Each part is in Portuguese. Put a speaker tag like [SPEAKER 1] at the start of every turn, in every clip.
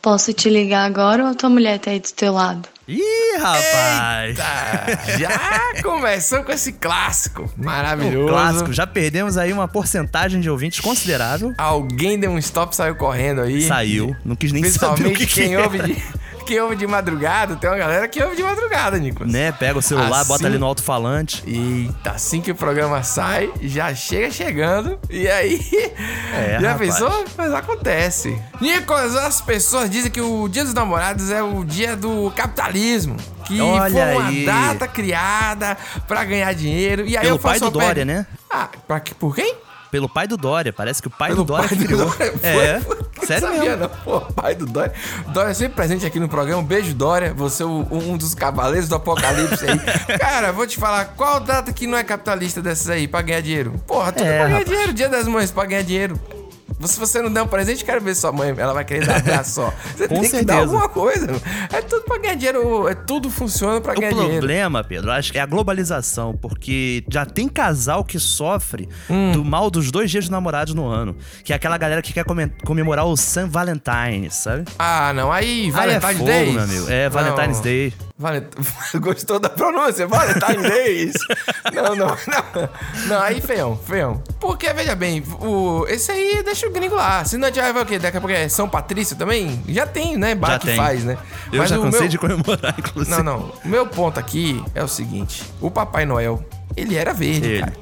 [SPEAKER 1] Posso te ligar agora ou a tua mulher tá aí do teu lado?
[SPEAKER 2] Ih, rapaz!
[SPEAKER 3] Eita, já começou com esse clássico maravilhoso.
[SPEAKER 2] O Um clássico, já perdemos aí uma porcentagem de ouvintes considerável.
[SPEAKER 3] Alguém deu um stop, saiu correndo aí.
[SPEAKER 2] Saiu, não quis nem saber o
[SPEAKER 3] Principalmente
[SPEAKER 2] que, que
[SPEAKER 3] quem
[SPEAKER 2] era.
[SPEAKER 3] ouve de. Quem ouve de madrugada, tem uma galera que ouve de madrugada, Nicolas.
[SPEAKER 2] Né, pega o celular,
[SPEAKER 3] Assim-
[SPEAKER 2] bota ali no alto-falante.
[SPEAKER 3] Eita, assim que o programa sai, já chega chegando. E aí,
[SPEAKER 2] É,
[SPEAKER 3] já
[SPEAKER 2] rapaz.
[SPEAKER 3] pensou? Mas acontece. Nicolas, as pessoas dizem que o Dia dos Namorados é o dia do capitalismo. Que
[SPEAKER 2] Olha
[SPEAKER 3] foi uma
[SPEAKER 2] aí.
[SPEAKER 3] data criada pra ganhar dinheiro. E aí
[SPEAKER 2] Pelo
[SPEAKER 3] eu
[SPEAKER 2] pai
[SPEAKER 3] faço
[SPEAKER 2] do
[SPEAKER 3] uma
[SPEAKER 2] Dória,
[SPEAKER 3] pergunta.
[SPEAKER 2] né?
[SPEAKER 3] Ah, pra que, por quem?
[SPEAKER 2] Pelo pai do Dória, parece que o pai
[SPEAKER 3] Pelo
[SPEAKER 2] do Dória
[SPEAKER 3] pai do
[SPEAKER 2] criou.
[SPEAKER 3] Dória. Foi,
[SPEAKER 2] É,
[SPEAKER 3] foi. Não
[SPEAKER 2] sério
[SPEAKER 3] sabia,
[SPEAKER 2] mesmo.
[SPEAKER 3] Não. Pô, pai do Dória. Dória sempre presente aqui no programa. Beijo, Dória. Você é o- um dos cavaleiros do apocalipse aí. Cara, vou te falar, qual data que não é capitalista dessas aí pra ganhar dinheiro? Porra, tudo
[SPEAKER 2] É,
[SPEAKER 3] pra ganhar
[SPEAKER 2] rapaz.
[SPEAKER 3] dinheiro. Dia das mães pra ganhar dinheiro. Se você não der um presente, quero ver sua mãe. Ela vai querer dar um abraço só. Você
[SPEAKER 2] Com
[SPEAKER 3] tem que dar
[SPEAKER 2] certeza.
[SPEAKER 3] alguma coisa. mano. É tudo pra ganhar dinheiro. É tudo funciona pra
[SPEAKER 2] O
[SPEAKER 3] ganhar dinheiro.
[SPEAKER 2] problema, Pedro, acho que é a globalização, porque já tem casal que sofre
[SPEAKER 3] Hum.
[SPEAKER 2] do mal dos dois dias de namorados no ano. Que é aquela galera que quer come- comemorar o San Valentine, sabe?
[SPEAKER 3] Ah, não. Aí,
[SPEAKER 2] Aí é
[SPEAKER 3] Valentine's
[SPEAKER 2] fogo,
[SPEAKER 3] Day.
[SPEAKER 2] meu amigo. É, Valentine's
[SPEAKER 3] Não.
[SPEAKER 2] Day.
[SPEAKER 3] Valent... Gostou da pronúncia? Valentine's Days? não, não, não. Não, aí feião, feião. Porque, veja bem, o... esse aí deixa o gringo lá. Se não adianta, vai o quê? Daqui a pouco é São Patrício também? Já tem, né? Bar
[SPEAKER 2] Já
[SPEAKER 3] que
[SPEAKER 2] tem.
[SPEAKER 3] faz, né?
[SPEAKER 2] Eu já
[SPEAKER 3] o
[SPEAKER 2] cansei
[SPEAKER 3] meu-
[SPEAKER 2] de comemorar, inclusive.
[SPEAKER 3] Não, não. O meu ponto aqui é o seguinte. O Papai Noel, ele era verde,
[SPEAKER 2] Ele.
[SPEAKER 3] cara.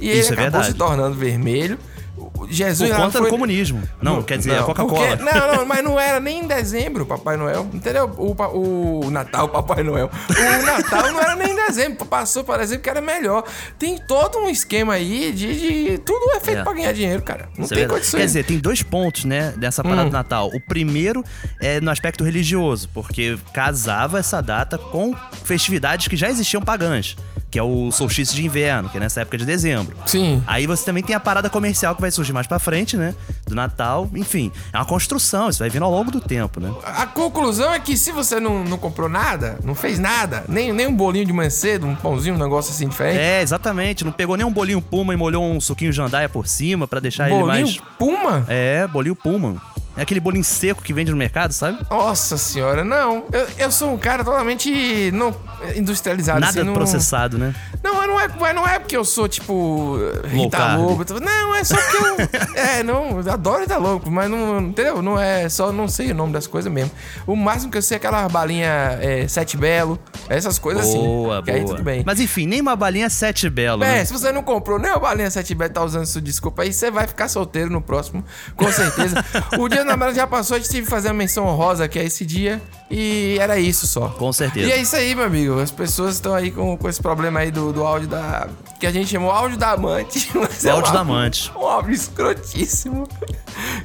[SPEAKER 3] E
[SPEAKER 2] Isso é
[SPEAKER 3] ele acabou
[SPEAKER 2] verdade.
[SPEAKER 3] se tornando vermelho. O- Jesus
[SPEAKER 2] Por
[SPEAKER 3] lá
[SPEAKER 2] conta
[SPEAKER 3] foi-
[SPEAKER 2] do comunismo. Não, quer dizer, a Coca-cola.
[SPEAKER 3] porque- Não, não, mas não era nem em dezembro, Papai Noel. Entendeu? O, pa- o Natal, Papai Noel. O Natal não era nem em dezembro. Passou para dezembro que era melhor. Tem todo um esquema aí de. de- tudo é feito
[SPEAKER 2] É.
[SPEAKER 3] pra ganhar dinheiro, cara. Não
[SPEAKER 2] Isso é
[SPEAKER 3] tem
[SPEAKER 2] verdade.
[SPEAKER 3] condições. Hum.
[SPEAKER 2] Quer dizer, tem dois pontos, né, dessa parada do Natal. O primeiro é no aspecto religioso, porque casava essa data com festividades que já existiam pagãs, que é o solstício de inverno, que é nessa época de dezembro.
[SPEAKER 3] Sim.
[SPEAKER 2] Aí você também tem a parada comercial que vai surgir mais pra frente, né? Do Natal. Enfim, é uma construção, isso vai vindo ao longo do tempo, né?
[SPEAKER 3] A conclusão é que se você não, não comprou nada, não fez nada, nem, nem um bolinho de manhã cedo, um pãozinho, um negócio assim diferente.
[SPEAKER 2] É, exatamente. Não pegou nem um bolinho puma e molhou um suquinho de jandaia por cima pra deixar
[SPEAKER 3] bolinho
[SPEAKER 2] ele É, mais.
[SPEAKER 3] Puma?
[SPEAKER 2] É, bolinho puma. É aquele bolinho seco que vende no mercado, sabe?
[SPEAKER 3] Nossa senhora, não. Eu, eu sou um cara totalmente não industrializado.
[SPEAKER 2] Nada
[SPEAKER 3] assim, não-
[SPEAKER 2] processado, né?
[SPEAKER 3] Não, mas não é, mas não é porque eu sou, tipo, Rita
[SPEAKER 2] carb.
[SPEAKER 3] Lobo. Não, é só porque eu. é, não, eu adoro Rita Lobo, mas não. Entendeu? Não é só, não sei o nome das coisas mesmo. O máximo que eu sei é aquela balinha é, Sete Belo, essas coisas assim.
[SPEAKER 2] Boa,
[SPEAKER 3] que
[SPEAKER 2] boa.
[SPEAKER 3] aí tudo bem.
[SPEAKER 2] Mas enfim, nem uma balinha sete belo, né?
[SPEAKER 3] É, se você não comprou nem o Balinha 7 Bet, tá usando sua desculpa aí, você vai ficar solteiro no próximo, com certeza. o dia da Mara já passou, a gente teve que fazer uma menção honrosa que é esse dia. E era isso só.
[SPEAKER 2] Com certeza.
[SPEAKER 3] E é isso aí, meu amigo. As pessoas estão aí com, com esse problema aí do, do áudio da. Que a gente chamou áudio da amante. mas
[SPEAKER 2] O
[SPEAKER 3] é um
[SPEAKER 2] áudio da amante.
[SPEAKER 3] Um áudio escrotíssimo.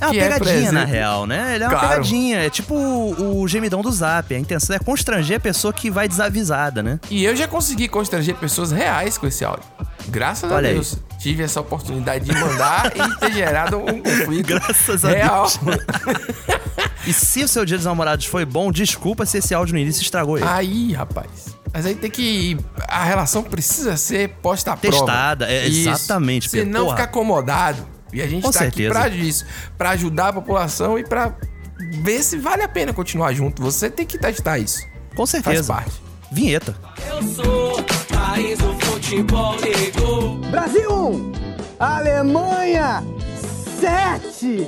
[SPEAKER 2] É uma
[SPEAKER 3] que
[SPEAKER 2] pegadinha,
[SPEAKER 3] presente.
[SPEAKER 2] na real, né? Ele é uma
[SPEAKER 3] Claro.
[SPEAKER 2] pegadinha. É tipo o, o gemidão do zap. A intenção é constranger a pessoa que vai desavisada, né?
[SPEAKER 3] E eu já consegui constranger pessoas reais com esse áudio. Graças
[SPEAKER 2] Olha
[SPEAKER 3] a
[SPEAKER 2] aí.
[SPEAKER 3] Deus. Tive essa oportunidade de mandar e ter gerado um conflito.
[SPEAKER 2] Graças a
[SPEAKER 3] real.
[SPEAKER 2] E se o seu dia dos namorados foi bom, desculpa se esse áudio no início estragou ele.
[SPEAKER 3] Aí, rapaz. Mas aí tem que. A relação precisa ser posta à prova.
[SPEAKER 2] Testada, é, exatamente,
[SPEAKER 3] Se
[SPEAKER 2] Pedro,
[SPEAKER 3] não
[SPEAKER 2] porra.
[SPEAKER 3] ficar acomodado. E a gente
[SPEAKER 2] Com
[SPEAKER 3] tá
[SPEAKER 2] certeza.
[SPEAKER 3] aqui pra isso, pra ajudar a população e pra ver se vale a pena continuar junto. Você tem que testar isso.
[SPEAKER 2] Com
[SPEAKER 3] Faz
[SPEAKER 2] certeza.
[SPEAKER 3] parte.
[SPEAKER 2] Vinheta.
[SPEAKER 4] Eu sou país do futebol ligou.
[SPEAKER 5] Brasil 1, Alemanha 7.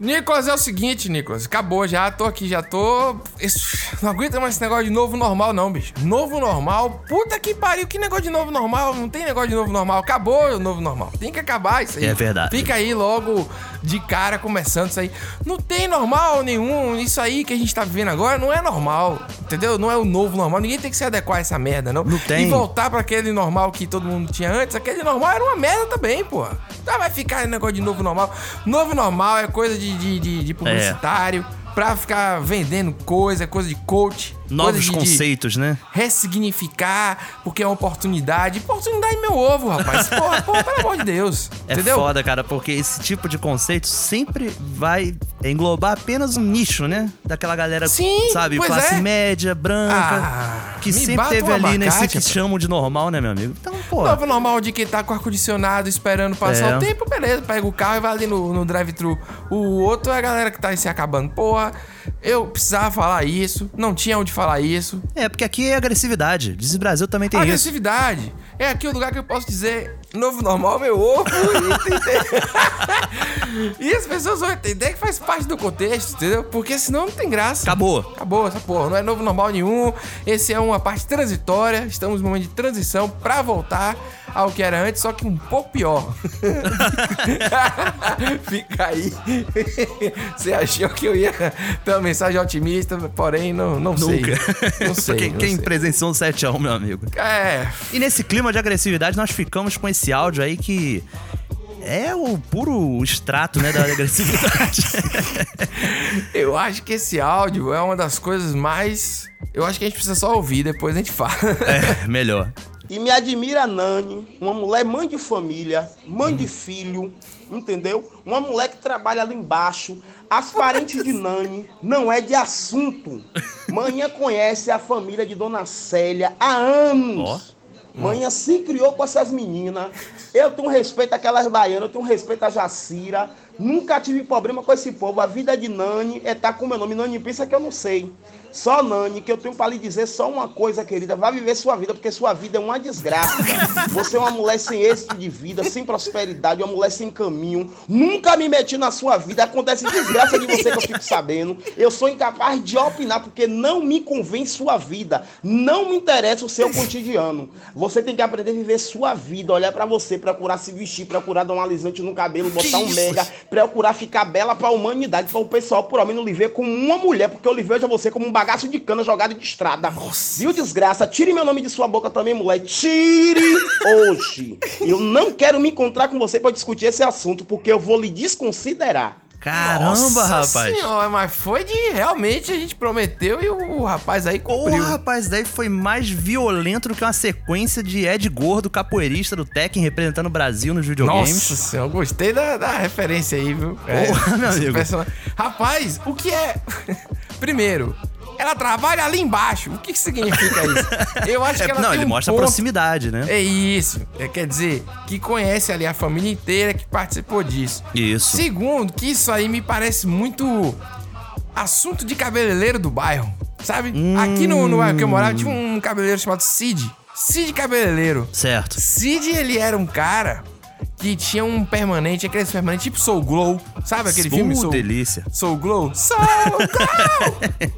[SPEAKER 3] Nicolas, é o seguinte, Nicolas. Acabou já, tô aqui, já tô. Isso, não aguento mais esse negócio de novo normal, não, bicho. Novo normal. Puta que pariu, que negócio de novo normal? Não tem negócio de novo normal. Acabou o novo normal. Tem que acabar isso aí.
[SPEAKER 2] É verdade.
[SPEAKER 3] Fica aí logo de cara começando isso aí. Não tem normal nenhum. Isso aí que a gente tá vivendo agora não é normal. Entendeu? Não é o novo normal. Ninguém tem que se adequar a essa merda, não.
[SPEAKER 2] Não tem.
[SPEAKER 3] E voltar Tá pra aquele normal que todo mundo tinha antes. Aquele normal era uma merda também, pô. Tá, Ah, vai ficar negócio de novo normal. Novo normal é coisa de, de, de- de publicitário. pra ficar vendendo coisa, coisa de coach. coisa
[SPEAKER 2] Novos
[SPEAKER 3] de- de
[SPEAKER 2] conceitos, né?
[SPEAKER 3] Ressignificar, porque é uma oportunidade. Oportunidade, é meu ovo, rapaz. Porra, porra, pelo amor de Deus.
[SPEAKER 2] É
[SPEAKER 3] entendeu?
[SPEAKER 2] foda, cara, porque esse tipo de conceito sempre vai englobar apenas um nicho, né? Daquela galera,
[SPEAKER 3] Sim,
[SPEAKER 2] sabe,
[SPEAKER 3] pois
[SPEAKER 2] classe
[SPEAKER 3] é.
[SPEAKER 2] média, branca,
[SPEAKER 3] Ah,
[SPEAKER 2] que
[SPEAKER 3] me
[SPEAKER 2] sempre
[SPEAKER 3] bata
[SPEAKER 2] teve
[SPEAKER 3] um
[SPEAKER 2] ali nesse
[SPEAKER 3] abacate,
[SPEAKER 2] que
[SPEAKER 3] pô.
[SPEAKER 2] chamam de normal, né, meu amigo? Então, pô,
[SPEAKER 3] Novo normal de quem tá com ar-condicionado esperando passar
[SPEAKER 2] É.
[SPEAKER 3] o tempo, beleza, pega o carro e vai ali no, no drive-thru. O outro é a galera que tá se acabando. Porra, eu precisava falar isso, não tinha onde falar isso.
[SPEAKER 2] é porque aqui é agressividade. Diz Brasil também tem isso.
[SPEAKER 3] Agressividade. É aqui o lugar que eu posso dizer novo normal, meu ovo. e entender. e as pessoas vão entender que faz parte do contexto, entendeu? Porque senão não tem graça.
[SPEAKER 2] Acabou.
[SPEAKER 3] Acabou essa porra, não é novo normal nenhum. Esse é uma parte transitória. Estamos num momento de transição pra voltar ao que era antes, só que um pouco pior. Fica aí. Você achou que eu ia ter uma mensagem otimista, porém não, não sei.
[SPEAKER 2] Nunca.
[SPEAKER 3] Não sei.
[SPEAKER 2] Porque
[SPEAKER 3] não
[SPEAKER 2] quem
[SPEAKER 3] sei.
[SPEAKER 2] presenciou um 7x1, meu amigo.
[SPEAKER 3] É,
[SPEAKER 2] E nesse clima de agressividade, nós ficamos com esse áudio aí que é o puro extrato, né, da agressividade.
[SPEAKER 3] eu acho que esse áudio é uma das coisas mais. Eu acho que a gente precisa só ouvir, depois a gente fala.
[SPEAKER 2] é, melhor.
[SPEAKER 6] E me admira a Nani, uma mulher mãe de família, mãe de filho, entendeu? Uma mulher que trabalha ali embaixo. As parentes de Nani não é de assunto. Manhã conhece a família de Dona Célia há anos. Manhã se criou com essas meninas. Eu tenho respeito àquelas baianas, eu tenho respeito à Jacira. Nunca tive problema com esse povo. A vida de Nani é estar com o meu nome. Nani pensa que eu não sei. Só Nani, que eu tenho para lhe dizer só uma coisa, querida. Vá viver sua vida, porque sua vida é uma desgraça. Você é uma mulher sem êxito de vida, sem prosperidade, uma mulher sem caminho. Nunca me meti na sua vida. Acontece desgraça de você que eu fico sabendo. Eu sou incapaz de opinar, porque não me convém sua vida. Não me interessa o seu cotidiano. Você tem que aprender a viver sua vida, olhar pra você, procurar se vestir, procurar dar um alisante no cabelo, botar um
[SPEAKER 3] isso?
[SPEAKER 6] mega, procurar ficar bela pra humanidade, pra o pessoal, por homem, não lhe ver como uma mulher, porque eu lhe vejo a você como um bagaço de cana jogado de estrada. Viu, desgraça? Tire meu nome de sua boca também, mulher. Tire hoje. Eu não quero me encontrar com você pra discutir esse assunto, porque eu vou lhe desconsiderar.
[SPEAKER 2] Caramba, rapaz.
[SPEAKER 3] Senhora, mas foi de. Realmente a gente prometeu e o, o rapaz aí
[SPEAKER 2] O
[SPEAKER 3] cumpriu.
[SPEAKER 2] rapaz daí foi mais violento do que uma sequência de Ed Gordo, capoeirista do Tekken, representando o Brasil nos videogames.
[SPEAKER 3] Nossa senhora, eu gostei da, da referência aí, viu? É,
[SPEAKER 2] Porra, meu
[SPEAKER 3] esse
[SPEAKER 2] amigo.
[SPEAKER 3] personagem- Rapaz, o que é. Primeiro, ela trabalha ali embaixo. O que, que significa isso? Eu acho
[SPEAKER 2] É,
[SPEAKER 3] que ela
[SPEAKER 2] não,
[SPEAKER 3] tem
[SPEAKER 2] ele
[SPEAKER 3] um
[SPEAKER 2] mostra a
[SPEAKER 3] ponto-
[SPEAKER 2] proximidade, né?
[SPEAKER 3] É isso. É, quer dizer, que conhece ali a família inteira que participou disso.
[SPEAKER 2] Isso.
[SPEAKER 3] Segundo, que isso aí me parece muito assunto de cabeleireiro do bairro, sabe? Aqui no, no bairro que eu morava tinha
[SPEAKER 2] Hum.
[SPEAKER 3] um cabeleireiro chamado Cid. Cid Cabeleireiro.
[SPEAKER 2] Certo.
[SPEAKER 3] Cid, ele era um cara que tinha um permanente, aquele permanente tipo Soul Glow. Sabe aquele filme
[SPEAKER 2] Uh,
[SPEAKER 3] Soul,
[SPEAKER 2] delícia.
[SPEAKER 3] Soul Glow? Soul Glow!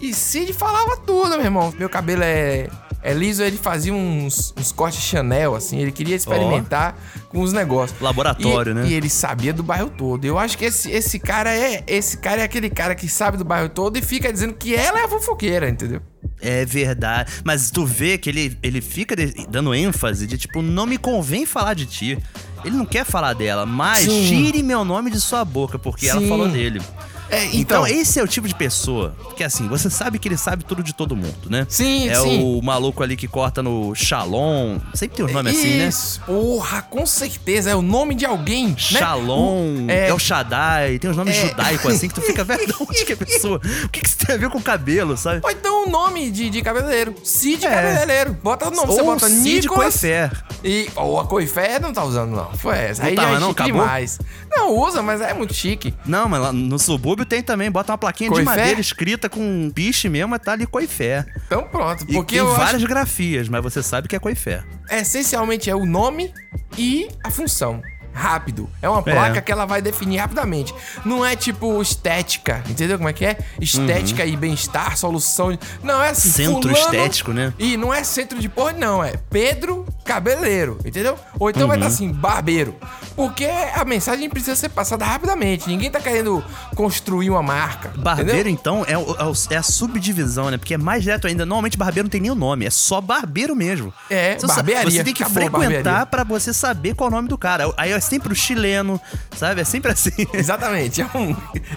[SPEAKER 3] e Cid falava tudo, meu irmão. Meu cabelo é, é liso, ele fazia uns, uns cortes Chanel, assim. Ele queria experimentar com os negócios.
[SPEAKER 2] Laboratório,
[SPEAKER 3] E-
[SPEAKER 2] né?
[SPEAKER 3] E ele sabia do bairro todo. Eu acho que esse, esse cara é esse cara é aquele cara que sabe do bairro todo e fica dizendo que ela é a fofoqueira, entendeu?
[SPEAKER 2] É verdade. Mas tu vê que ele, ele fica de- dando ênfase de tipo, não me convém falar de ti. Ele não quer falar dela, mas
[SPEAKER 3] Sim.
[SPEAKER 2] tire meu nome de sua boca, porque ela
[SPEAKER 3] Sim.
[SPEAKER 2] falou dele.
[SPEAKER 3] É,
[SPEAKER 2] Então, esse é o tipo de pessoa que, assim, você sabe que ele sabe tudo de todo mundo, né?
[SPEAKER 3] Sim,
[SPEAKER 2] é
[SPEAKER 3] sim.
[SPEAKER 2] o maluco ali que corta no Shalom. Sempre tem um nome assim, né?
[SPEAKER 3] Isso, porra, com certeza. É o nome de alguém. né?
[SPEAKER 2] Shalom,
[SPEAKER 3] O- é,
[SPEAKER 2] El Shaddai, tem uns nomes
[SPEAKER 3] É.
[SPEAKER 2] judaicos assim que tu fica, velho, de onde que é a pessoa? O que, que isso tem a ver com o cabelo, sabe?
[SPEAKER 3] Ou então o nome de, de cabeleireiro. Cid
[SPEAKER 2] É.
[SPEAKER 3] Cabeleireiro. Bota o nome, você
[SPEAKER 2] Ou
[SPEAKER 3] bota
[SPEAKER 2] Cid
[SPEAKER 3] Nicolas.
[SPEAKER 2] Coifer.
[SPEAKER 3] E, ou a Coifé não tá usando, não. Foi essa.
[SPEAKER 2] Não
[SPEAKER 3] Aí
[SPEAKER 2] tá
[SPEAKER 3] já é
[SPEAKER 2] mais não?
[SPEAKER 3] chique
[SPEAKER 2] Acabou?
[SPEAKER 3] demais. Não, usa, mas é muito chique.
[SPEAKER 2] Não, mas lá no subúrbio tem também, bota uma plaquinha
[SPEAKER 3] Coifé?
[SPEAKER 2] de madeira escrita com um piche mesmo, mas tá ali Coifé.
[SPEAKER 3] Então pronto.
[SPEAKER 2] E
[SPEAKER 3] Porque
[SPEAKER 2] tem
[SPEAKER 3] eu
[SPEAKER 2] várias grafias, mas você sabe que é Coifé.
[SPEAKER 3] acho, essencialmente é o nome e a função. Rápido. É uma placa que ela vai definir rapidamente. Não é tipo estética. Entendeu como é que é? Estética e bem-estar, solução. Não, é assim.
[SPEAKER 2] Uhum. Centro
[SPEAKER 3] fulano-
[SPEAKER 2] estético, né?
[SPEAKER 3] E não é centro de porra, não. É Pedro cabeleiro, entendeu? Ou então
[SPEAKER 2] Uhum.
[SPEAKER 3] vai estar assim, barbeiro. Porque a mensagem precisa ser passada rapidamente. Ninguém tá querendo construir uma marca.
[SPEAKER 2] Barbeiro,
[SPEAKER 3] entendeu?
[SPEAKER 2] então, é, o- é o- é a subdivisão, né? Porque é mais direto ainda. Normalmente, barbeiro não tem nem o nome. É só barbeiro mesmo.
[SPEAKER 3] É,
[SPEAKER 2] sa-
[SPEAKER 3] barbearia.
[SPEAKER 2] Você tem que
[SPEAKER 3] Acabou a barbearia.
[SPEAKER 2] frequentar pra você saber qual é o nome do cara. Aí é sempre o chileno, sabe? É sempre assim.
[SPEAKER 3] Exatamente. É um-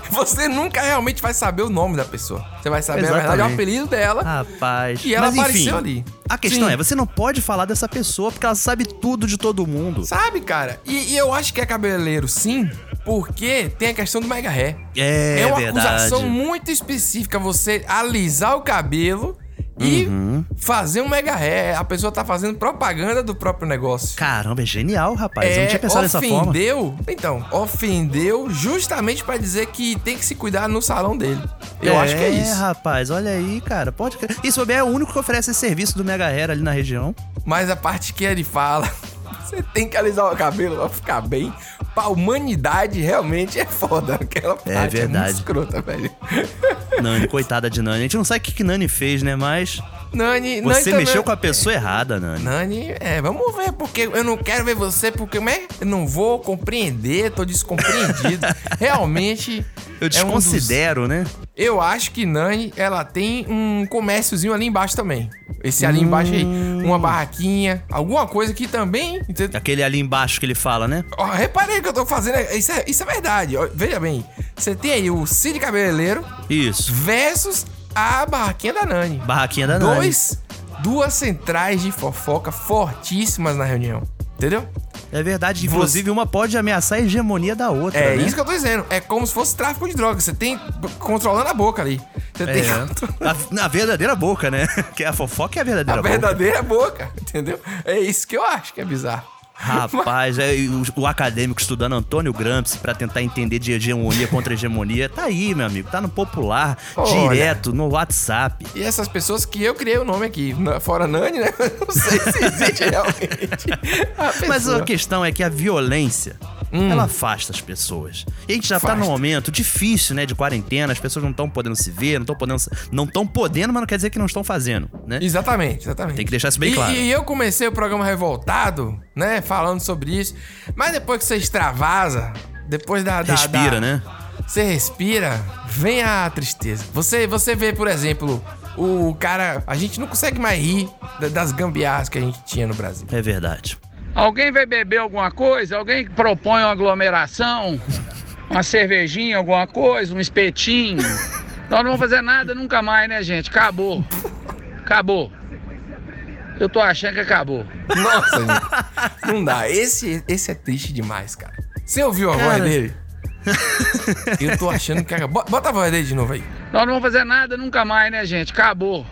[SPEAKER 3] Você nunca realmente vai saber o nome da pessoa. Você vai saber, na verdade, o
[SPEAKER 2] Exatamente.
[SPEAKER 3] apelido dela.
[SPEAKER 2] Rapaz.
[SPEAKER 3] E ela
[SPEAKER 2] Mas, enfim,
[SPEAKER 3] apareceu ali.
[SPEAKER 2] A questão
[SPEAKER 3] Sim.
[SPEAKER 2] é, você não pode falar dessa pessoa porque ela sabe tudo de todo mundo.
[SPEAKER 3] Sabe, cara? E, e eu acho que é cabeleiro, sim, porque tem a questão do mega hair.
[SPEAKER 2] É,
[SPEAKER 3] uma
[SPEAKER 2] verdade.
[SPEAKER 3] acusação muito específica você alisar o cabelo e
[SPEAKER 2] Uhum.
[SPEAKER 3] fazer um mega hair. A pessoa tá fazendo propaganda do próprio negócio.
[SPEAKER 2] Caramba, é genial, rapaz. eu
[SPEAKER 3] É,
[SPEAKER 2] não tinha pensado dessa forma.
[SPEAKER 3] ofendeu, então, ofendeu justamente pra dizer que tem que se cuidar no salão dele. Eu acho que é isso.
[SPEAKER 2] rapaz, olha aí, cara. Pode crer. E se bobear, é o único que oferece esse serviço do Mega Hair ali na região.
[SPEAKER 3] Mas a parte que ele fala, você tem que alisar o cabelo pra ficar bem. Pra humanidade, realmente é foda. Aquela parte é
[SPEAKER 2] verdade.
[SPEAKER 3] muito escrota, velho.
[SPEAKER 2] Nani, coitada de Nani. A gente não sabe o que, que Nani fez, né? Mas
[SPEAKER 3] Nani, Nani
[SPEAKER 2] você
[SPEAKER 3] também-
[SPEAKER 2] mexeu com a pessoa errada, Nani.
[SPEAKER 3] Nani, é, vamos ver, porque eu não quero ver você, porque como é? eu não vou compreender, tô descompreendido. Realmente.
[SPEAKER 2] Eu
[SPEAKER 3] é um dos-
[SPEAKER 2] desconsidero, né?
[SPEAKER 3] Eu acho que Nani, ela tem um comérciozinho ali embaixo também. Esse ali embaixo aí. Uma
[SPEAKER 2] Hum.
[SPEAKER 3] barraquinha, alguma coisa que também. entendeu?
[SPEAKER 2] Aquele ali embaixo que ele fala, né?
[SPEAKER 3] Ó, reparei que eu tô fazendo. é- Isso é, isso é verdade. Ó, veja bem. Você tem aí o Cid Cabeleireiro
[SPEAKER 2] Isso.
[SPEAKER 3] versus a barraquinha da Nani.
[SPEAKER 2] Barraquinha da Nani.
[SPEAKER 3] Dois, duas centrais de fofoca fortíssimas na reunião. Entendeu?
[SPEAKER 2] É verdade. Inclusive, uma pode ameaçar a hegemonia da outra,
[SPEAKER 3] É
[SPEAKER 2] né?
[SPEAKER 3] isso que eu tô dizendo. É como se fosse tráfico de drogas. Você tem b- controlando a boca ali. Você tem
[SPEAKER 2] É. A- Na verdadeira boca, né? Que a fofoca é a verdadeira
[SPEAKER 3] a
[SPEAKER 2] boca.
[SPEAKER 3] verdadeira boca. Entendeu? É isso que eu acho que é bizarro.
[SPEAKER 2] Rapaz, é, e o, o acadêmico estudando Antônio Gramsci pra tentar entender de hegemonia contra hegemonia, tá aí, meu amigo, tá no popular,
[SPEAKER 3] Olha.
[SPEAKER 2] direto, no WhatsApp.
[SPEAKER 3] E essas pessoas que eu criei o nome aqui. Na- Fora Nani, né? Eu Não sei se existe realmente. a
[SPEAKER 2] Mas a
[SPEAKER 3] pessoa. Hum.
[SPEAKER 2] questão é que a violência, ela afasta as pessoas. E a gente já tá num
[SPEAKER 3] Afasta.
[SPEAKER 2] momento difícil, né, de quarentena, as pessoas não estão podendo se ver, não estão podendo, sa- não estão podendo, mas não quer dizer que não estão fazendo, né?
[SPEAKER 3] Exatamente, exatamente.
[SPEAKER 2] Tem que deixar isso bem
[SPEAKER 3] E-
[SPEAKER 2] claro.
[SPEAKER 3] E eu comecei o programa revoltado, né? Falando sobre isso. Mas depois que você extravasa, depois da. da-
[SPEAKER 2] Respira,
[SPEAKER 3] da-
[SPEAKER 2] né?
[SPEAKER 3] Você respira, vem a tristeza. Você, você vê, por exemplo, o cara. A gente não consegue mais rir da- das gambiarras que a gente tinha no Brasil.
[SPEAKER 2] É verdade.
[SPEAKER 7] Alguém vai beber alguma coisa? Alguém que propõe uma aglomeração? Uma cervejinha, alguma coisa? Um espetinho? Nós não vamos fazer nada nunca mais, né, gente? Acabou. Acabou. Eu tô achando que acabou.
[SPEAKER 3] Nossa, gente. Não dá. Esse, esse é triste demais, cara. Você ouviu a
[SPEAKER 2] Cara.
[SPEAKER 3] voz dele? Eu tô achando que. Bo- Bota a voz dele de novo aí.
[SPEAKER 7] Nós não vamos fazer nada nunca mais, né, gente? Acabou.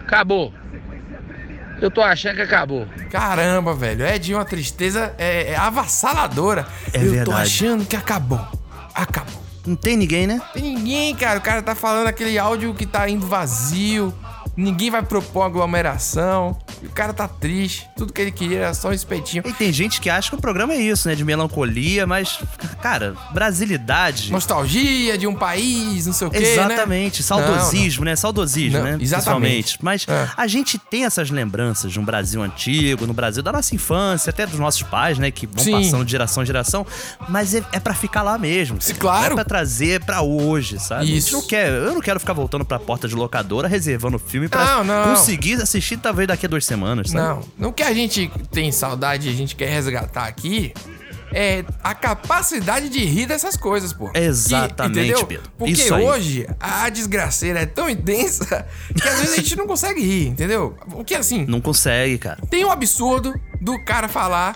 [SPEAKER 7] Acabou. Eu tô achando que acabou.
[SPEAKER 3] Caramba, velho, é de uma tristeza é, é avassaladora.
[SPEAKER 2] É
[SPEAKER 3] Eu tô
[SPEAKER 2] verdade.
[SPEAKER 3] achando que acabou. Acabou.
[SPEAKER 2] Não tem ninguém, né?
[SPEAKER 3] Tem ninguém, cara. O cara tá falando aquele áudio que tá indo vazio. Ninguém vai propor aglomeração. E o cara tá triste. Tudo que ele queria era só um espetinho.
[SPEAKER 2] E tem gente que acha que o programa é isso, né? De melancolia, mas, cara, brasilidade.
[SPEAKER 3] Nostalgia de um país, não sei o quê, né?
[SPEAKER 2] Exatamente, saudosismo, né? Saudosismo,
[SPEAKER 3] Não,
[SPEAKER 2] né? Principalmente.
[SPEAKER 3] exatamente.
[SPEAKER 2] Mas
[SPEAKER 3] É.
[SPEAKER 2] a gente tem essas lembranças de um Brasil antigo, no Brasil da nossa infância, até dos nossos pais, né? Que vão
[SPEAKER 3] Sim.
[SPEAKER 2] passando de geração em geração, mas é, é para ficar lá mesmo.
[SPEAKER 3] Sim,
[SPEAKER 2] cara.
[SPEAKER 3] claro.
[SPEAKER 2] Não É pra trazer pra hoje, sabe? A gente
[SPEAKER 3] Isso.
[SPEAKER 2] Não quer, eu não quero ficar voltando pra porta de locadora, reservando filme pra
[SPEAKER 3] Não, não.
[SPEAKER 2] conseguir assistir talvez daqui a duas semanas, sabe?
[SPEAKER 3] Não, não que a gente tem saudade e a gente quer resgatar aqui é a capacidade de rir dessas coisas, pô.
[SPEAKER 2] Exatamente,
[SPEAKER 3] E- entendeu?
[SPEAKER 2] Pedro.
[SPEAKER 3] Porque
[SPEAKER 2] Isso aí.
[SPEAKER 3] hoje a desgraceira é tão intensa que às vezes a gente não consegue rir, entendeu? O que assim,
[SPEAKER 2] Não consegue, cara.
[SPEAKER 3] tem um absurdo do cara falar,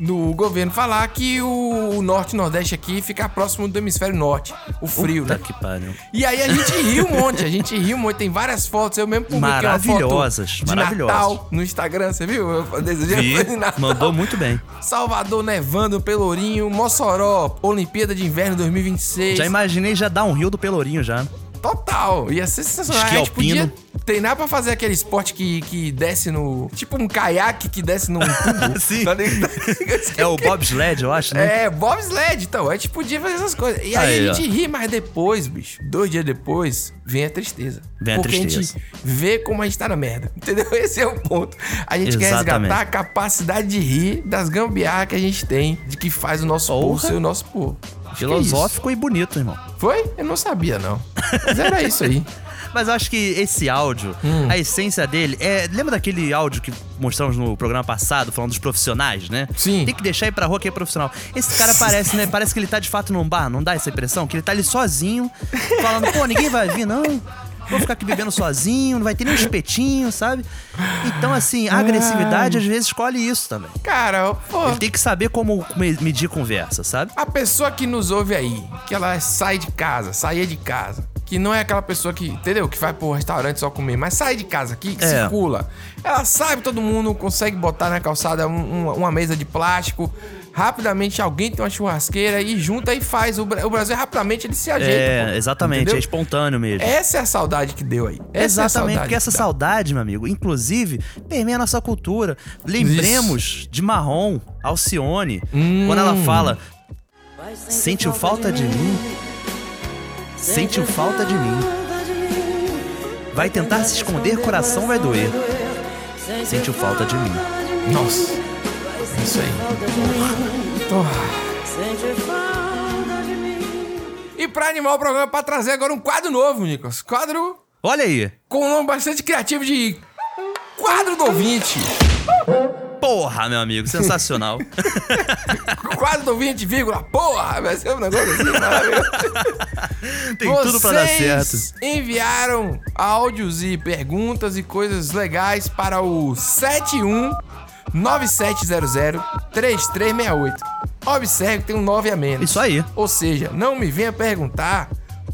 [SPEAKER 3] do governo falar que o norte e nordeste aqui fica próximo do hemisfério norte, o frio,
[SPEAKER 2] Puta
[SPEAKER 3] né?
[SPEAKER 2] que pariu.
[SPEAKER 3] E aí a gente riu um monte, a gente riu um monte, tem várias fotos, eu mesmo publiquei
[SPEAKER 2] Maravilhosas,
[SPEAKER 3] uma foto de
[SPEAKER 2] maravilhosas.
[SPEAKER 3] Natal no Instagram, você viu? Eu desejei
[SPEAKER 2] Vi,
[SPEAKER 3] feliz Natal.
[SPEAKER 2] mandou muito bem.
[SPEAKER 3] Salvador nevando, Pelourinho, Mossoró, Olimpíada de Inverno 2026.
[SPEAKER 2] Já imaginei já dar um rio do Pelourinho já.
[SPEAKER 3] Total, ia ser sensacional.
[SPEAKER 2] Esqui
[SPEAKER 3] a gente podia
[SPEAKER 2] alpino.
[SPEAKER 3] treinar pra fazer aquele esporte que, que desce no. Tipo um caiaque que desce num tubo.
[SPEAKER 2] Sim.
[SPEAKER 3] Tá ligado?
[SPEAKER 2] É o bobsled, eu acho, né?
[SPEAKER 3] É, bobsled, então. A gente podia fazer essas coisas. E aí,
[SPEAKER 2] Aí,
[SPEAKER 3] a
[SPEAKER 2] ó.
[SPEAKER 3] gente ri, mas depois, bicho, dois dias depois, vem a tristeza.
[SPEAKER 2] Vem a
[SPEAKER 3] Porque
[SPEAKER 2] tristeza.
[SPEAKER 3] a gente vê como a gente tá na merda. Entendeu? Esse é o ponto. A gente quer
[SPEAKER 2] Exatamente.
[SPEAKER 3] resgatar a capacidade de rir das gambiarras que a gente tem, de que faz o nosso
[SPEAKER 2] Porra.
[SPEAKER 3] povo ser o nosso povo. Acho que é isso.
[SPEAKER 2] Filosófico e bonito, irmão.
[SPEAKER 3] Foi? Eu não sabia, não. Mas era isso aí.
[SPEAKER 2] Mas eu acho que esse áudio,
[SPEAKER 3] Hum.
[SPEAKER 2] a essência dele é. Lembra daquele áudio que mostramos no programa passado, falando dos profissionais, né?
[SPEAKER 3] Sim.
[SPEAKER 2] Tem que deixar ir pra rua que é profissional. Esse cara parece, né? Parece que ele tá de fato num bar, não dá essa impressão? Que ele tá ali sozinho, falando, pô, ninguém vai vir, não. Vou ficar aqui bebendo sozinho, não vai ter nem um espetinho, sabe? Então, assim, a agressividade às vezes escolhe isso também.
[SPEAKER 3] Cara, pô.
[SPEAKER 2] Ele tem que saber como me- medir conversa, sabe?
[SPEAKER 3] A pessoa que nos ouve aí, que ela sai de casa, saia de casa, que não é aquela pessoa que, entendeu? Que vai pro restaurante só comer, mas sai de casa aqui, que
[SPEAKER 2] É.
[SPEAKER 3] circula. Ela sabe todo mundo, consegue botar na calçada um- uma, uma mesa de plástico. Rapidamente alguém tem uma churrasqueira e junta e faz. O, Bra- o Brasil rapidamente ele se ajeita.
[SPEAKER 2] É,
[SPEAKER 3] pô.
[SPEAKER 2] exatamente, é
[SPEAKER 3] Entendeu?
[SPEAKER 2] espontâneo mesmo.
[SPEAKER 3] Essa é a saudade que deu aí. Essa é a
[SPEAKER 2] Exatamente,
[SPEAKER 3] saudade
[SPEAKER 2] porque essa
[SPEAKER 3] que dá.
[SPEAKER 2] saudade, meu amigo, inclusive, permeia a nossa cultura. Lembremos de Marrom, Alcione,
[SPEAKER 3] Hum.
[SPEAKER 2] quando ela fala: Sentiu falta de mim? Sentiu falta de mim. Vai tentar se esconder, coração vai doer. Sentiu falta de mim.
[SPEAKER 3] Nossa. É isso aí. E pra animar o programa, pra trazer agora um quadro novo, Nicolas. Quadro
[SPEAKER 2] Olha aí.
[SPEAKER 3] com um nome bastante criativo de Quadro do Ouvinte.
[SPEAKER 2] Porra, meu amigo, sensacional.
[SPEAKER 3] Quadro do Ouvinte, vírgula, porra! Vai ser um negócio assim, maravilhoso.
[SPEAKER 2] Tem tudo pra dar certo.
[SPEAKER 3] Vocês enviaram áudios e perguntas e coisas legais para o 71 9700 3368. Observe que tem um 9 a menos.
[SPEAKER 2] Isso aí.
[SPEAKER 3] Ou seja, não me venha perguntar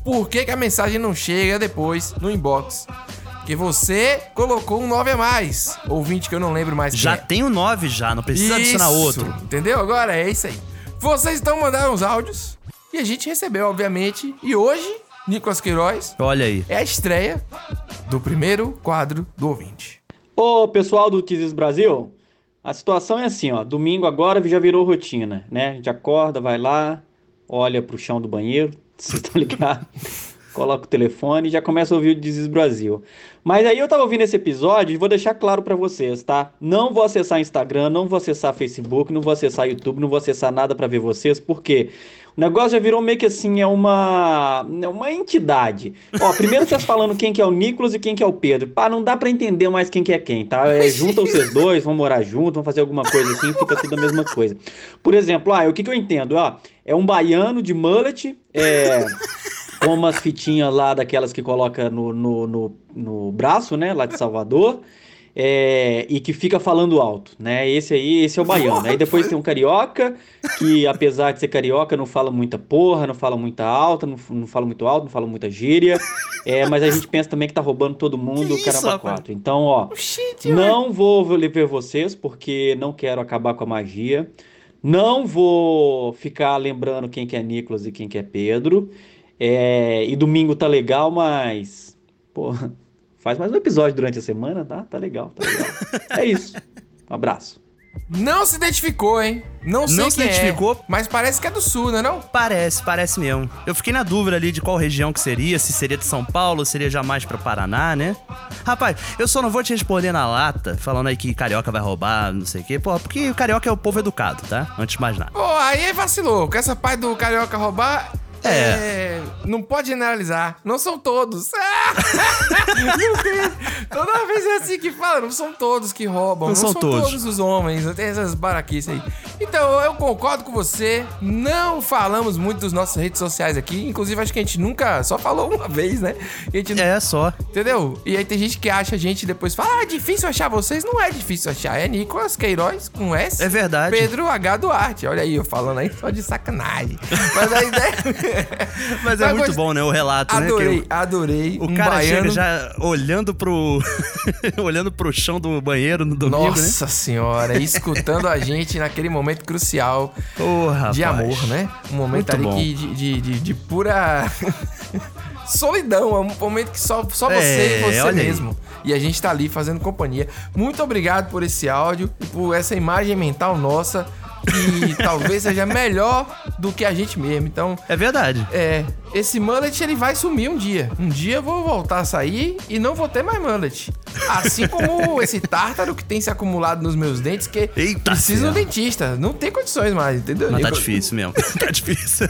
[SPEAKER 3] por que, que a mensagem não chega depois no inbox. Porque você colocou um 9 a mais. Ouvinte que eu não lembro mais quem
[SPEAKER 2] Já
[SPEAKER 3] é.
[SPEAKER 2] tem o 9 já, não precisa adicionar
[SPEAKER 3] Isso,
[SPEAKER 2] outro.
[SPEAKER 3] Entendeu? Agora é isso aí. Vocês estão mandando os áudios e a gente recebeu, obviamente. E hoje, Nicolas Queiroz
[SPEAKER 2] Olha aí.
[SPEAKER 3] é a estreia do primeiro quadro do ouvinte.
[SPEAKER 8] Ô, pessoal do Tizes Brasil, a situação é assim, ó, domingo agora já virou rotina, né? A gente acorda, vai lá, olha pro chão do banheiro, vocês estão ligados? Coloca o telefone e já começa a ouvir o Dizes Brasil. Mas aí eu tava ouvindo esse episódio e vou deixar claro pra vocês, tá? Não vou acessar Instagram, não vou acessar Facebook, não vou acessar YouTube, não vou acessar nada pra ver vocês, porque o negócio já virou meio que assim, é uma, é uma entidade. Ó, primeiro vocês falando quem que é o Nicolas e quem que é o Pedro. Pá, não dá pra entender mais quem que é quem, tá? É, juntam vocês dois, vão morar junto, vão fazer alguma coisa assim, fica tudo a mesma coisa. Por exemplo, ah, o que que eu entendo? Ah, é um baiano de mullet, é, com umas fitinhas lá daquelas que coloca no, no, no, no braço, né? Lá de Salvador. é, e que fica falando alto, né? Esse aí, esse é o baiano. Aí depois tem um carioca, que apesar de ser carioca, não fala muita porra, não fala muita alta, não, não fala muito alto, não fala muita gíria. É, mas a gente pensa também que tá roubando todo mundo,
[SPEAKER 2] isso,
[SPEAKER 8] caramba,
[SPEAKER 2] rapaz?
[SPEAKER 8] quatro. Então, ó, não vou ver vocês porque não quero acabar com a magia. Não vou ficar lembrando quem que é Nicolas e quem que é Pedro. É, e domingo tá legal, mas pô, faz mais um episódio durante a semana, tá? Tá legal, tá legal. É isso. Um abraço.
[SPEAKER 3] Não se identificou, hein? Não sei
[SPEAKER 2] Não se
[SPEAKER 3] quem é,
[SPEAKER 2] identificou.
[SPEAKER 3] mas parece que é do sul, né não?
[SPEAKER 2] Parece, parece mesmo. Eu fiquei na dúvida ali de qual região que seria, se seria de São Paulo, seria jamais pra Paraná, né? Rapaz, eu só não vou te responder na lata, falando aí que carioca vai roubar, não sei o quê. Pô, porque o carioca é o povo educado, tá? Antes de mais nada.
[SPEAKER 3] Pô, aí é vacilou. Com essa parte do carioca roubar...
[SPEAKER 2] É.
[SPEAKER 3] é, Não pode generalizar. Não são todos. Ah! Meu Deus. Toda vez é assim que fala. Não são todos que roubam.
[SPEAKER 2] Não são todos.
[SPEAKER 3] os homens. Não tem essas baraquices aí. Então, eu concordo com você. Não falamos muito dos nossos redes sociais aqui. Inclusive, acho que a gente nunca... Só falou uma vez, né? A gente
[SPEAKER 2] É só.
[SPEAKER 3] Entendeu? E aí tem gente que acha a gente e depois fala, ah, difícil achar vocês. Não é difícil achar. É Nicolas Queiroz com S.
[SPEAKER 2] É verdade.
[SPEAKER 3] Pedro H. Duarte. Olha aí, eu falando aí só de sacanagem. Mas a ideia.
[SPEAKER 2] Mas é muito
[SPEAKER 3] gost-
[SPEAKER 2] bom, né? O relato,
[SPEAKER 3] Tá Adorei,
[SPEAKER 2] né?
[SPEAKER 3] adorei. Um
[SPEAKER 2] Que o, o cara chega
[SPEAKER 3] baiano.
[SPEAKER 2] já olhando pro. olhando pro chão do banheiro no domingo, né?
[SPEAKER 3] Nossa senhora, e escutando a gente naquele momento crucial
[SPEAKER 2] Ô, rapaz.
[SPEAKER 3] de amor, né? Um
[SPEAKER 2] Muito
[SPEAKER 3] momento ali
[SPEAKER 2] bom.
[SPEAKER 3] que de, de, de- de pura solidão, é um momento que só, só você
[SPEAKER 2] É,
[SPEAKER 3] e você
[SPEAKER 2] olha aí.
[SPEAKER 3] mesmo. E a gente tá ali fazendo companhia. Muito obrigado por esse áudio e por essa imagem mental nossa que talvez seja melhor do que a gente mesmo. Então,
[SPEAKER 2] É verdade.
[SPEAKER 3] é, esse mullet ele vai sumir um dia. Um dia eu vou voltar a sair e não vou ter mais mullet. Assim como esse tártaro que tem se acumulado nos meus dentes, que
[SPEAKER 2] Eita
[SPEAKER 3] precisa de um
[SPEAKER 2] ferro.
[SPEAKER 3] dentista. Não tem condições mais, entendeu?
[SPEAKER 2] Mas tá
[SPEAKER 3] Eu-
[SPEAKER 2] difícil mesmo. tá difícil.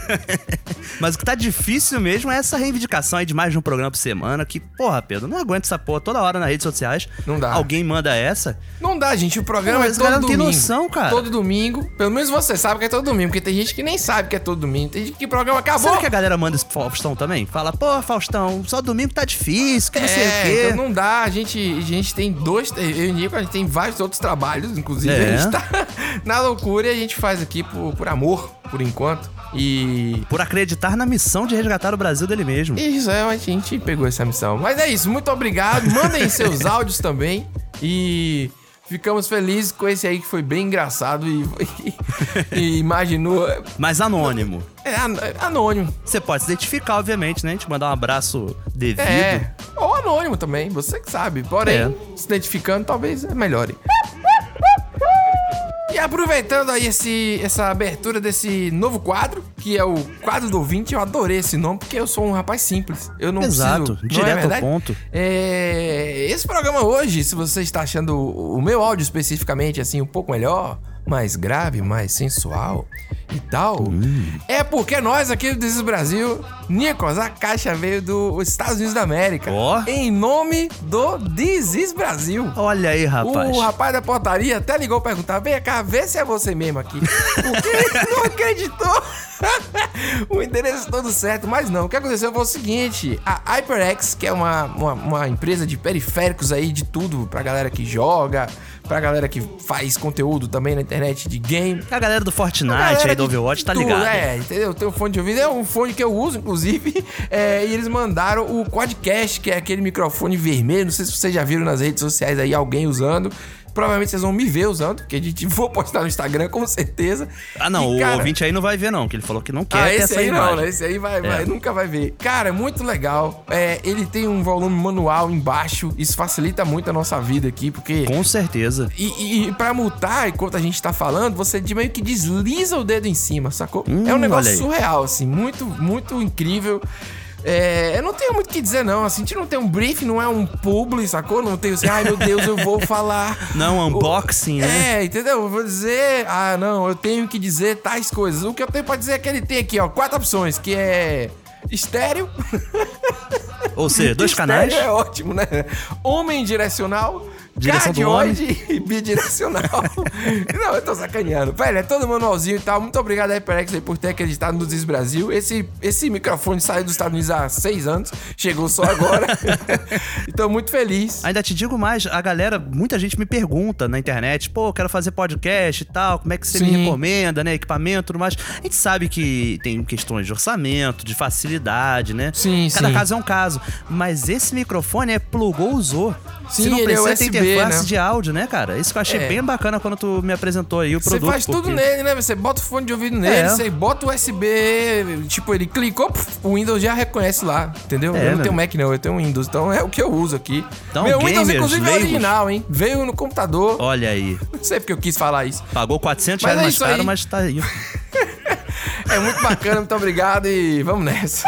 [SPEAKER 2] Mas o que tá difícil mesmo é essa reivindicação aí de mais de um programa por semana. Que, porra, Pedro, não aguento essa porra toda hora nas redes sociais.
[SPEAKER 3] Não dá.
[SPEAKER 2] Alguém manda essa.
[SPEAKER 3] Não dá, gente. O programa
[SPEAKER 2] Pô,
[SPEAKER 3] é
[SPEAKER 2] esse
[SPEAKER 3] todo
[SPEAKER 2] cara não tem
[SPEAKER 3] domingo.
[SPEAKER 2] noção, cara.
[SPEAKER 3] Todo domingo. Pelo menos você sabe que é todo domingo, porque tem gente que nem sabe que é todo domingo. Tem gente que o programa acabou.
[SPEAKER 2] Será que a galera manda esse pro Faustão também? Fala, pô, Faustão, só domingo tá difícil, que não sei o quê.
[SPEAKER 3] então não dá, a gente, a gente tem dois, eu e o Nico, a gente tem vários outros trabalhos, inclusive,
[SPEAKER 2] É.
[SPEAKER 3] a gente tá na loucura e a gente faz aqui por, por amor, por enquanto, e...
[SPEAKER 2] Por acreditar na missão de resgatar o Brasil dele mesmo.
[SPEAKER 3] e Isso, é, a gente pegou essa missão. Mas é isso, muito obrigado, mandem seus áudios também e ficamos felizes com esse aí que foi bem engraçado e, e, e imaginou...
[SPEAKER 2] Mas anônimo.
[SPEAKER 3] É an- anônimo,
[SPEAKER 2] Você pode se identificar, obviamente, né? Te mandar um abraço devido.
[SPEAKER 3] é, ou anônimo também, você que sabe, porém,
[SPEAKER 2] É.
[SPEAKER 3] se identificando talvez melhore. E aproveitando aí esse, essa abertura desse novo quadro, que é o quadro do ouvinte, eu adorei esse nome, porque eu sou um rapaz simples. Eu não
[SPEAKER 2] Exato,
[SPEAKER 3] preciso...
[SPEAKER 2] direto ao
[SPEAKER 3] verdade?
[SPEAKER 2] ponto.
[SPEAKER 3] É, esse programa hoje, se você está achando o o meu áudio especificamente assim um pouco melhor, mais grave, mais sensual e tal, é porque nós aqui do This is Brasil, Nicolas, a caixa veio dos Estados Unidos da América.
[SPEAKER 2] Ó.
[SPEAKER 3] Em nome do This is Brasil.
[SPEAKER 2] Olha aí, rapaz.
[SPEAKER 3] O rapaz da portaria até ligou perguntar: vem cá, vê se é você mesmo aqui. Porque ele não acreditou. o endereço todo certo, mas não. O que aconteceu foi o seguinte: a HyperX, que é uma, uma, uma empresa de periféricos aí de tudo, pra galera que joga, pra galera que faz conteúdo também na internet de game.
[SPEAKER 2] A galera do Fortnite
[SPEAKER 3] A Então, galera
[SPEAKER 2] aí do
[SPEAKER 3] de
[SPEAKER 2] Overwatch tá
[SPEAKER 3] tudo,
[SPEAKER 2] ligado.
[SPEAKER 3] É, entendeu? Tem um fone de ouvido, é um fone que eu uso, inclusive. é, e eles mandaram o Quadcast, que é aquele microfone vermelho. Não sei se vocês já viram nas redes sociais aí alguém usando. Provavelmente vocês vão me ver usando, porque a gente vou postar no Instagram com certeza.
[SPEAKER 2] Ah, não,
[SPEAKER 3] E, cara,
[SPEAKER 2] o ouvinte aí não vai ver, não, que ele falou que não quer
[SPEAKER 3] ah,
[SPEAKER 2] ter
[SPEAKER 3] esse
[SPEAKER 2] essa
[SPEAKER 3] aí
[SPEAKER 2] imagem.
[SPEAKER 3] não, né? Esse aí vai, vai-
[SPEAKER 2] É.
[SPEAKER 3] nunca vai ver. Cara, é muito legal. É, ele tem um volume manual embaixo. Isso facilita muito a nossa vida aqui, porque
[SPEAKER 2] Com certeza.
[SPEAKER 3] e, e, e pra multar, enquanto a gente tá falando, você de meio que desliza o dedo em cima, sacou?
[SPEAKER 2] Hum,
[SPEAKER 3] é um
[SPEAKER 2] olha
[SPEAKER 3] negócio
[SPEAKER 2] aí.
[SPEAKER 3] surreal, assim, muito, muito incrível. É, eu não tenho muito o que dizer, não. Assim, a gente não tem um briefing, não é um publi, sacou? Não tem assim, ai meu Deus, eu vou falar.
[SPEAKER 2] Não, unboxing, né?
[SPEAKER 3] É, entendeu? Eu vou dizer, ah, não, eu tenho que dizer tais coisas. O que eu tenho pra dizer é que ele tem aqui, ó, quatro opções, que é estéreo.
[SPEAKER 2] Ou seja, dois
[SPEAKER 3] Estéreo
[SPEAKER 2] canais.
[SPEAKER 3] É ótimo, né? Homem direcional,
[SPEAKER 2] Direção do
[SPEAKER 3] cardioide e bidirecional. Não, eu tô sacaneando. Velho, é todo manualzinho e tal. Muito obrigado, HyperX, aí, por ter acreditado no Diz Brasil. Esse, esse microfone saiu dos Estados Unidos há seis anos, chegou só agora. então, muito feliz.
[SPEAKER 2] Ainda te digo mais, a galera, muita gente me pergunta na internet, pô, eu quero fazer podcast e tal, como é que você me
[SPEAKER 3] Sim.
[SPEAKER 2] recomenda, né? Equipamento, tudo mais. A gente sabe que tem questões de orçamento, de facilidade, né?
[SPEAKER 3] Sim,
[SPEAKER 2] Cada
[SPEAKER 3] sim.
[SPEAKER 2] caso é um caso. Mas esse microfone é plugou, usou.
[SPEAKER 3] Sim,
[SPEAKER 2] Você não
[SPEAKER 3] ele é
[SPEAKER 2] precisa ter
[SPEAKER 3] USB,
[SPEAKER 2] interface
[SPEAKER 3] né?
[SPEAKER 2] de áudio, né, cara? Isso que eu achei
[SPEAKER 3] É.
[SPEAKER 2] bem bacana quando tu me apresentou aí o
[SPEAKER 3] Você
[SPEAKER 2] produto.
[SPEAKER 3] faz tudo
[SPEAKER 2] porque-
[SPEAKER 3] nele, né? Você bota o fone de ouvido nele,
[SPEAKER 2] É.
[SPEAKER 3] você bota o USB, tipo, ele clicou, puf, o Windows já reconhece lá, entendeu?
[SPEAKER 2] É,
[SPEAKER 3] eu não
[SPEAKER 2] né?
[SPEAKER 3] tenho Mac não, eu tenho Windows, então é o que eu uso aqui.
[SPEAKER 2] Então,
[SPEAKER 3] Meu Windows,
[SPEAKER 2] gamers,
[SPEAKER 3] inclusive, é
[SPEAKER 2] leigos.
[SPEAKER 3] original, hein? Veio no computador,
[SPEAKER 2] Olha aí.
[SPEAKER 3] não sei porque eu quis falar isso.
[SPEAKER 2] Pagou 400
[SPEAKER 3] Mas
[SPEAKER 2] reais
[SPEAKER 3] é
[SPEAKER 2] mais
[SPEAKER 3] isso
[SPEAKER 2] caro,
[SPEAKER 3] aí.
[SPEAKER 2] mas tá aí.
[SPEAKER 3] É muito bacana, muito obrigado e vamos nessa.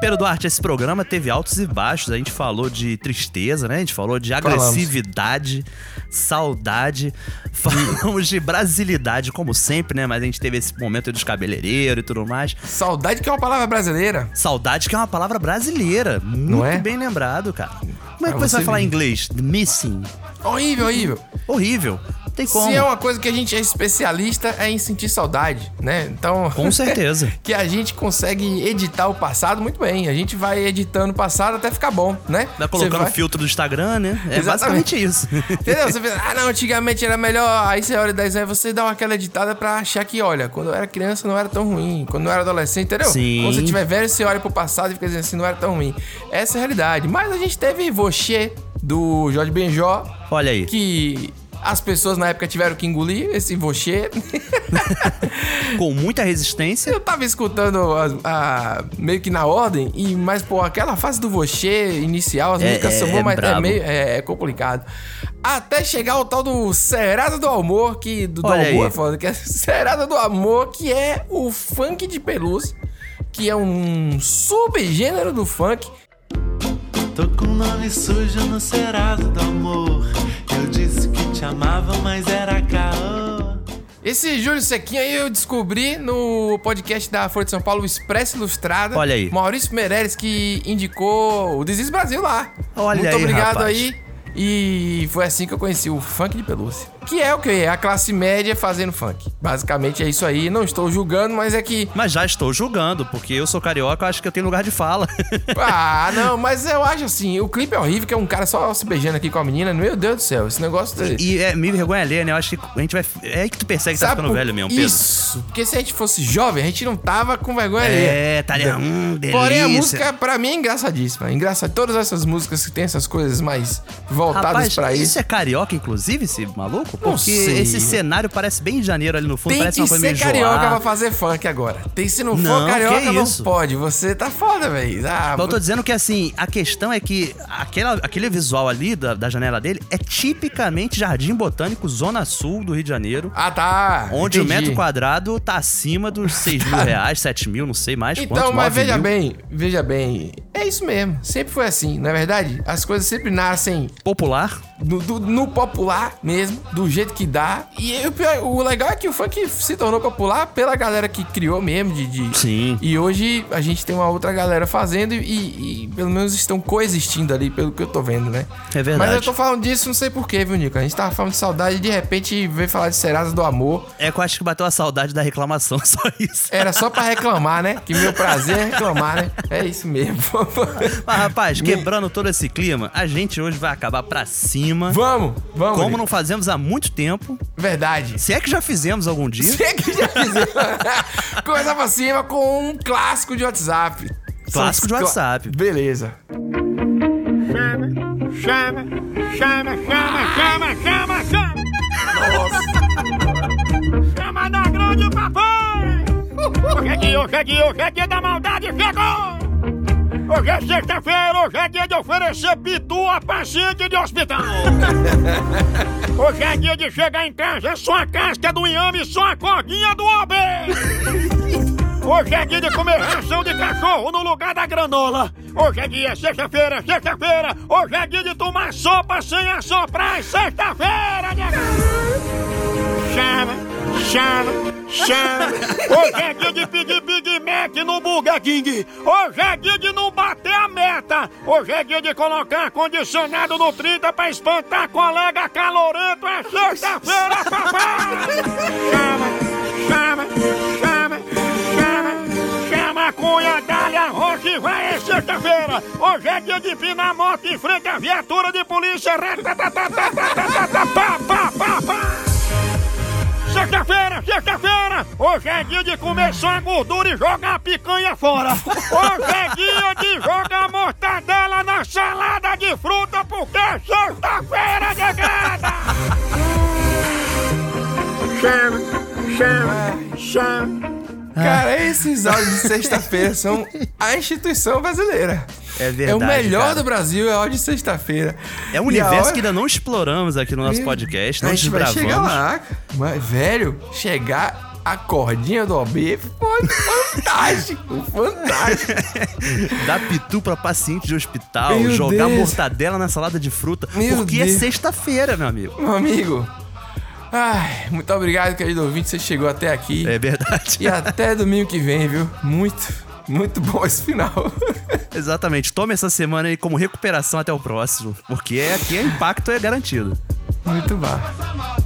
[SPEAKER 2] Pedro Duarte, esse programa teve altos e baixos. A gente falou de tristeza, né? A gente falou de
[SPEAKER 3] Falamos.
[SPEAKER 2] agressividade, saudade. Falamos de brasilidade, como sempre, né? Mas a gente teve esse momento dos cabeleireiros e tudo mais.
[SPEAKER 3] Saudade que é uma palavra brasileira.
[SPEAKER 2] Saudade, que é uma palavra brasileira. Muito
[SPEAKER 3] é?
[SPEAKER 2] bem lembrado, cara. Como é que
[SPEAKER 3] Pra
[SPEAKER 2] você,
[SPEAKER 3] você
[SPEAKER 2] vai falar
[SPEAKER 3] ver.
[SPEAKER 2] em inglês? Missing.
[SPEAKER 3] Horrível, horrível.
[SPEAKER 2] Horrível. Não tem como.
[SPEAKER 3] Se é uma coisa que a gente é especialista é em sentir saudade, né? Então.
[SPEAKER 2] Com certeza.
[SPEAKER 3] que a gente consegue editar o passado muito bem. A gente vai editando o passado até ficar bom,
[SPEAKER 2] Vai
[SPEAKER 3] né? Você
[SPEAKER 2] Tá colocando o filtro do Instagram, né? É
[SPEAKER 3] Exatamente.
[SPEAKER 2] basicamente isso.
[SPEAKER 3] Entendeu? Você pensa, ah, não, antigamente era melhor. Aí você olha 10 anos, você dá uma aquela editada pra achar que, olha, quando eu era criança não era tão ruim. Quando eu era adolescente, entendeu?
[SPEAKER 2] Sim.
[SPEAKER 3] Quando você tiver velho, você olha pro passado e fica dizendo assim, não era tão ruim. Essa é a realidade. Mas a gente teve Você, do Jorge Benjó,
[SPEAKER 2] Olha aí.
[SPEAKER 3] que As pessoas na época tiveram que engolir esse vochê.
[SPEAKER 2] Com muita resistência.
[SPEAKER 3] Eu tava escutando as- a- meio que na ordem, e mas, pô, aquela fase do vochê inicial, as
[SPEAKER 2] É,
[SPEAKER 3] músicas
[SPEAKER 2] é,
[SPEAKER 3] são boas,
[SPEAKER 2] é
[SPEAKER 3] mas é
[SPEAKER 2] brabo.
[SPEAKER 3] meio é, é complicado. Até chegar o tal do Serada do Amor, que do, do
[SPEAKER 2] Olha
[SPEAKER 3] Amor,
[SPEAKER 2] aí.
[SPEAKER 3] foda, que é Serada do Amor, que é o funk de pelúcia, que é um subgênero do funk.
[SPEAKER 9] Tô com o nome sujo no cerado do amor. Eu disse que te amava, mas era caô.
[SPEAKER 3] Esse Júlio Sequinha aí eu descobri no podcast da Folha de São Paulo, o Expresso Ilustrada.
[SPEAKER 2] Olha aí.
[SPEAKER 3] Maurício Meirelles que indicou o Desis Brasil lá.
[SPEAKER 2] Olha
[SPEAKER 3] Muito
[SPEAKER 2] aí,
[SPEAKER 3] obrigado
[SPEAKER 2] rapaz.
[SPEAKER 3] aí. E foi assim que eu conheci o funk de pelúcia. Que é o que? É a classe média fazendo funk. Basicamente é isso aí. Não estou julgando, mas é que.
[SPEAKER 2] Mas já estou julgando, porque eu sou carioca, eu acho que eu tenho lugar de fala.
[SPEAKER 3] Ah, não, mas eu acho assim. O clipe é horrível, que é um cara só se beijando aqui com a menina. Meu Deus do céu, esse negócio.
[SPEAKER 2] E, e é me vergonha alheia, né? Eu acho que a gente vai. É aí que tu percebe que tá
[SPEAKER 3] Sabe
[SPEAKER 2] ficando
[SPEAKER 3] por-
[SPEAKER 2] velho mesmo, Pedro.
[SPEAKER 3] Isso. Porque se a gente fosse jovem, a gente não tava com vergonha
[SPEAKER 2] É,
[SPEAKER 3] alheia.
[SPEAKER 2] tá ali. Hum, delícia.
[SPEAKER 3] Porém, a música, pra mim, é engraçadíssima. Engraçada. Todas essas músicas que tem essas coisas mais voltadas
[SPEAKER 2] Rapaz,
[SPEAKER 3] pra
[SPEAKER 2] isso
[SPEAKER 3] isso.
[SPEAKER 2] é carioca, inclusive, esse maluco?
[SPEAKER 3] Não
[SPEAKER 2] Porque
[SPEAKER 3] sei.
[SPEAKER 2] esse cenário parece bem de janeiro ali no fundo,
[SPEAKER 3] Tem
[SPEAKER 2] parece
[SPEAKER 3] que
[SPEAKER 2] uma coisa
[SPEAKER 3] ser
[SPEAKER 2] meio
[SPEAKER 3] carioca
[SPEAKER 2] joá.
[SPEAKER 3] pra fazer funk agora. Tem se não,
[SPEAKER 2] Não,
[SPEAKER 3] for
[SPEAKER 2] que
[SPEAKER 3] carioca, não
[SPEAKER 2] isso.
[SPEAKER 3] pode. Você tá foda, velho. Ah,
[SPEAKER 2] Mas eu tô dizendo que assim, a questão é que aquela, aquele visual ali da, da janela dele é tipicamente Jardim Botânico, Zona Sul do Rio de Janeiro.
[SPEAKER 3] Ah, tá.
[SPEAKER 2] Onde o
[SPEAKER 3] entendi.
[SPEAKER 2] metro quadrado tá acima dos 6 mil reais, 7 mil, não sei mais
[SPEAKER 3] Então,
[SPEAKER 2] quanto.
[SPEAKER 3] mas
[SPEAKER 2] 9
[SPEAKER 3] veja
[SPEAKER 2] mil.
[SPEAKER 3] bem, veja bem. É isso mesmo. Sempre foi assim, na verdade. As coisas sempre nascem
[SPEAKER 2] Popular.
[SPEAKER 3] no, do- no popular mesmo, do jeito que dá. E o, pior- o legal é que o funk se tornou popular pela galera que criou mesmo de. de-
[SPEAKER 2] Sim.
[SPEAKER 3] E hoje a gente tem uma outra galera fazendo e, e pelo menos estão coexistindo ali, pelo que eu tô vendo, né?
[SPEAKER 2] É verdade.
[SPEAKER 3] Mas eu tô falando disso, não sei porquê, viu, Nico? A gente tava falando de saudade e de repente veio falar de Serasa do Amor.
[SPEAKER 2] É que eu acho que bateu a saudade da reclamação, só isso.
[SPEAKER 3] Era só pra reclamar, né? Que meu prazer é reclamar, né? É isso mesmo.
[SPEAKER 2] Mas, rapaz, quebrando todo esse clima, a gente hoje vai acabar pra cima.
[SPEAKER 3] vamos, vamos.
[SPEAKER 2] Como
[SPEAKER 3] Nico.
[SPEAKER 2] não fazemos há muito tempo.
[SPEAKER 3] Verdade.
[SPEAKER 2] Se é que já fizemos algum dia.
[SPEAKER 3] Você que já fizeram. Começar pra cima com um clássico de WhatsApp.
[SPEAKER 2] Clássico de
[SPEAKER 3] Cla-
[SPEAKER 2] WhatsApp.
[SPEAKER 3] Beleza.
[SPEAKER 5] Chama, chama, chama, chama, chama, chama! Chama da grande papai! Hoje é dia, hoje é dia, hoje é dia da maldade, chegou! Hoje é sexta-feira, hoje é dia de oferecer pitu a paciente de hospital! Hoje é dia de chegar em casa, é só a casca do inhame e só a cordinha do OB! Hoje é dia de comer ração de cachorro no lugar da granola! Hoje é dia, sexta-feira, sexta-feira! Hoje é dia de tomar sopa sem assoprar, sexta-feira, minha chama, chama, chama. Hoje é dia de pedir Big Mac no Burger King. Hoje é dia de não bater a meta. Hoje é dia de colocar condicionado no 30 pra espantar colega calorento. É sexta-feira, papai. Chama, chama, chama, chama. Chama a cunhadalha roxa e vai, é sexta-feira. Hoje é dia de pinar a moto em frente à viatura de polícia. Ratatatatatatatata, Pá, pá, pá, pá. Sexta-feira, sexta-feira! Hoje é dia de comer só a gordura e jogar a picanha fora! Hoje é dia de jogar mortadela na salada de fruta, porque é sexta-feira, negada! Chama, chama, chama!
[SPEAKER 2] Ah.
[SPEAKER 3] Cara, esses áudios de sexta-feira são a instituição brasileira.
[SPEAKER 2] É verdade.
[SPEAKER 3] é o melhor
[SPEAKER 2] cara.
[SPEAKER 3] do Brasil, é áudio de sexta-feira.
[SPEAKER 2] É um
[SPEAKER 3] E a
[SPEAKER 2] universo
[SPEAKER 3] hora-
[SPEAKER 2] que ainda não exploramos aqui no nosso podcast, não
[SPEAKER 3] A gente vai
[SPEAKER 2] desbravamos.
[SPEAKER 3] chegar lá. cara. Mas, velho, chegar a cordinha do OB foi fantástico, fantástico.
[SPEAKER 2] Dar pitu pra paciente de hospital,
[SPEAKER 3] Meu
[SPEAKER 2] jogar
[SPEAKER 3] Deus.
[SPEAKER 2] mortadela na salada de fruta.
[SPEAKER 3] Meu
[SPEAKER 2] porque é
[SPEAKER 3] Deus.
[SPEAKER 2] sexta-feira, meu amigo.
[SPEAKER 3] Meu amigo, ai, muito obrigado, querido ouvinte, você chegou até aqui.
[SPEAKER 2] É verdade.
[SPEAKER 3] E até domingo que vem, viu? Muito, muito bom esse final.
[SPEAKER 2] Exatamente. Tome essa semana aí como recuperação até o próximo. Porque aqui o impacto é garantido.
[SPEAKER 3] Muito bom.
[SPEAKER 4] Essa moda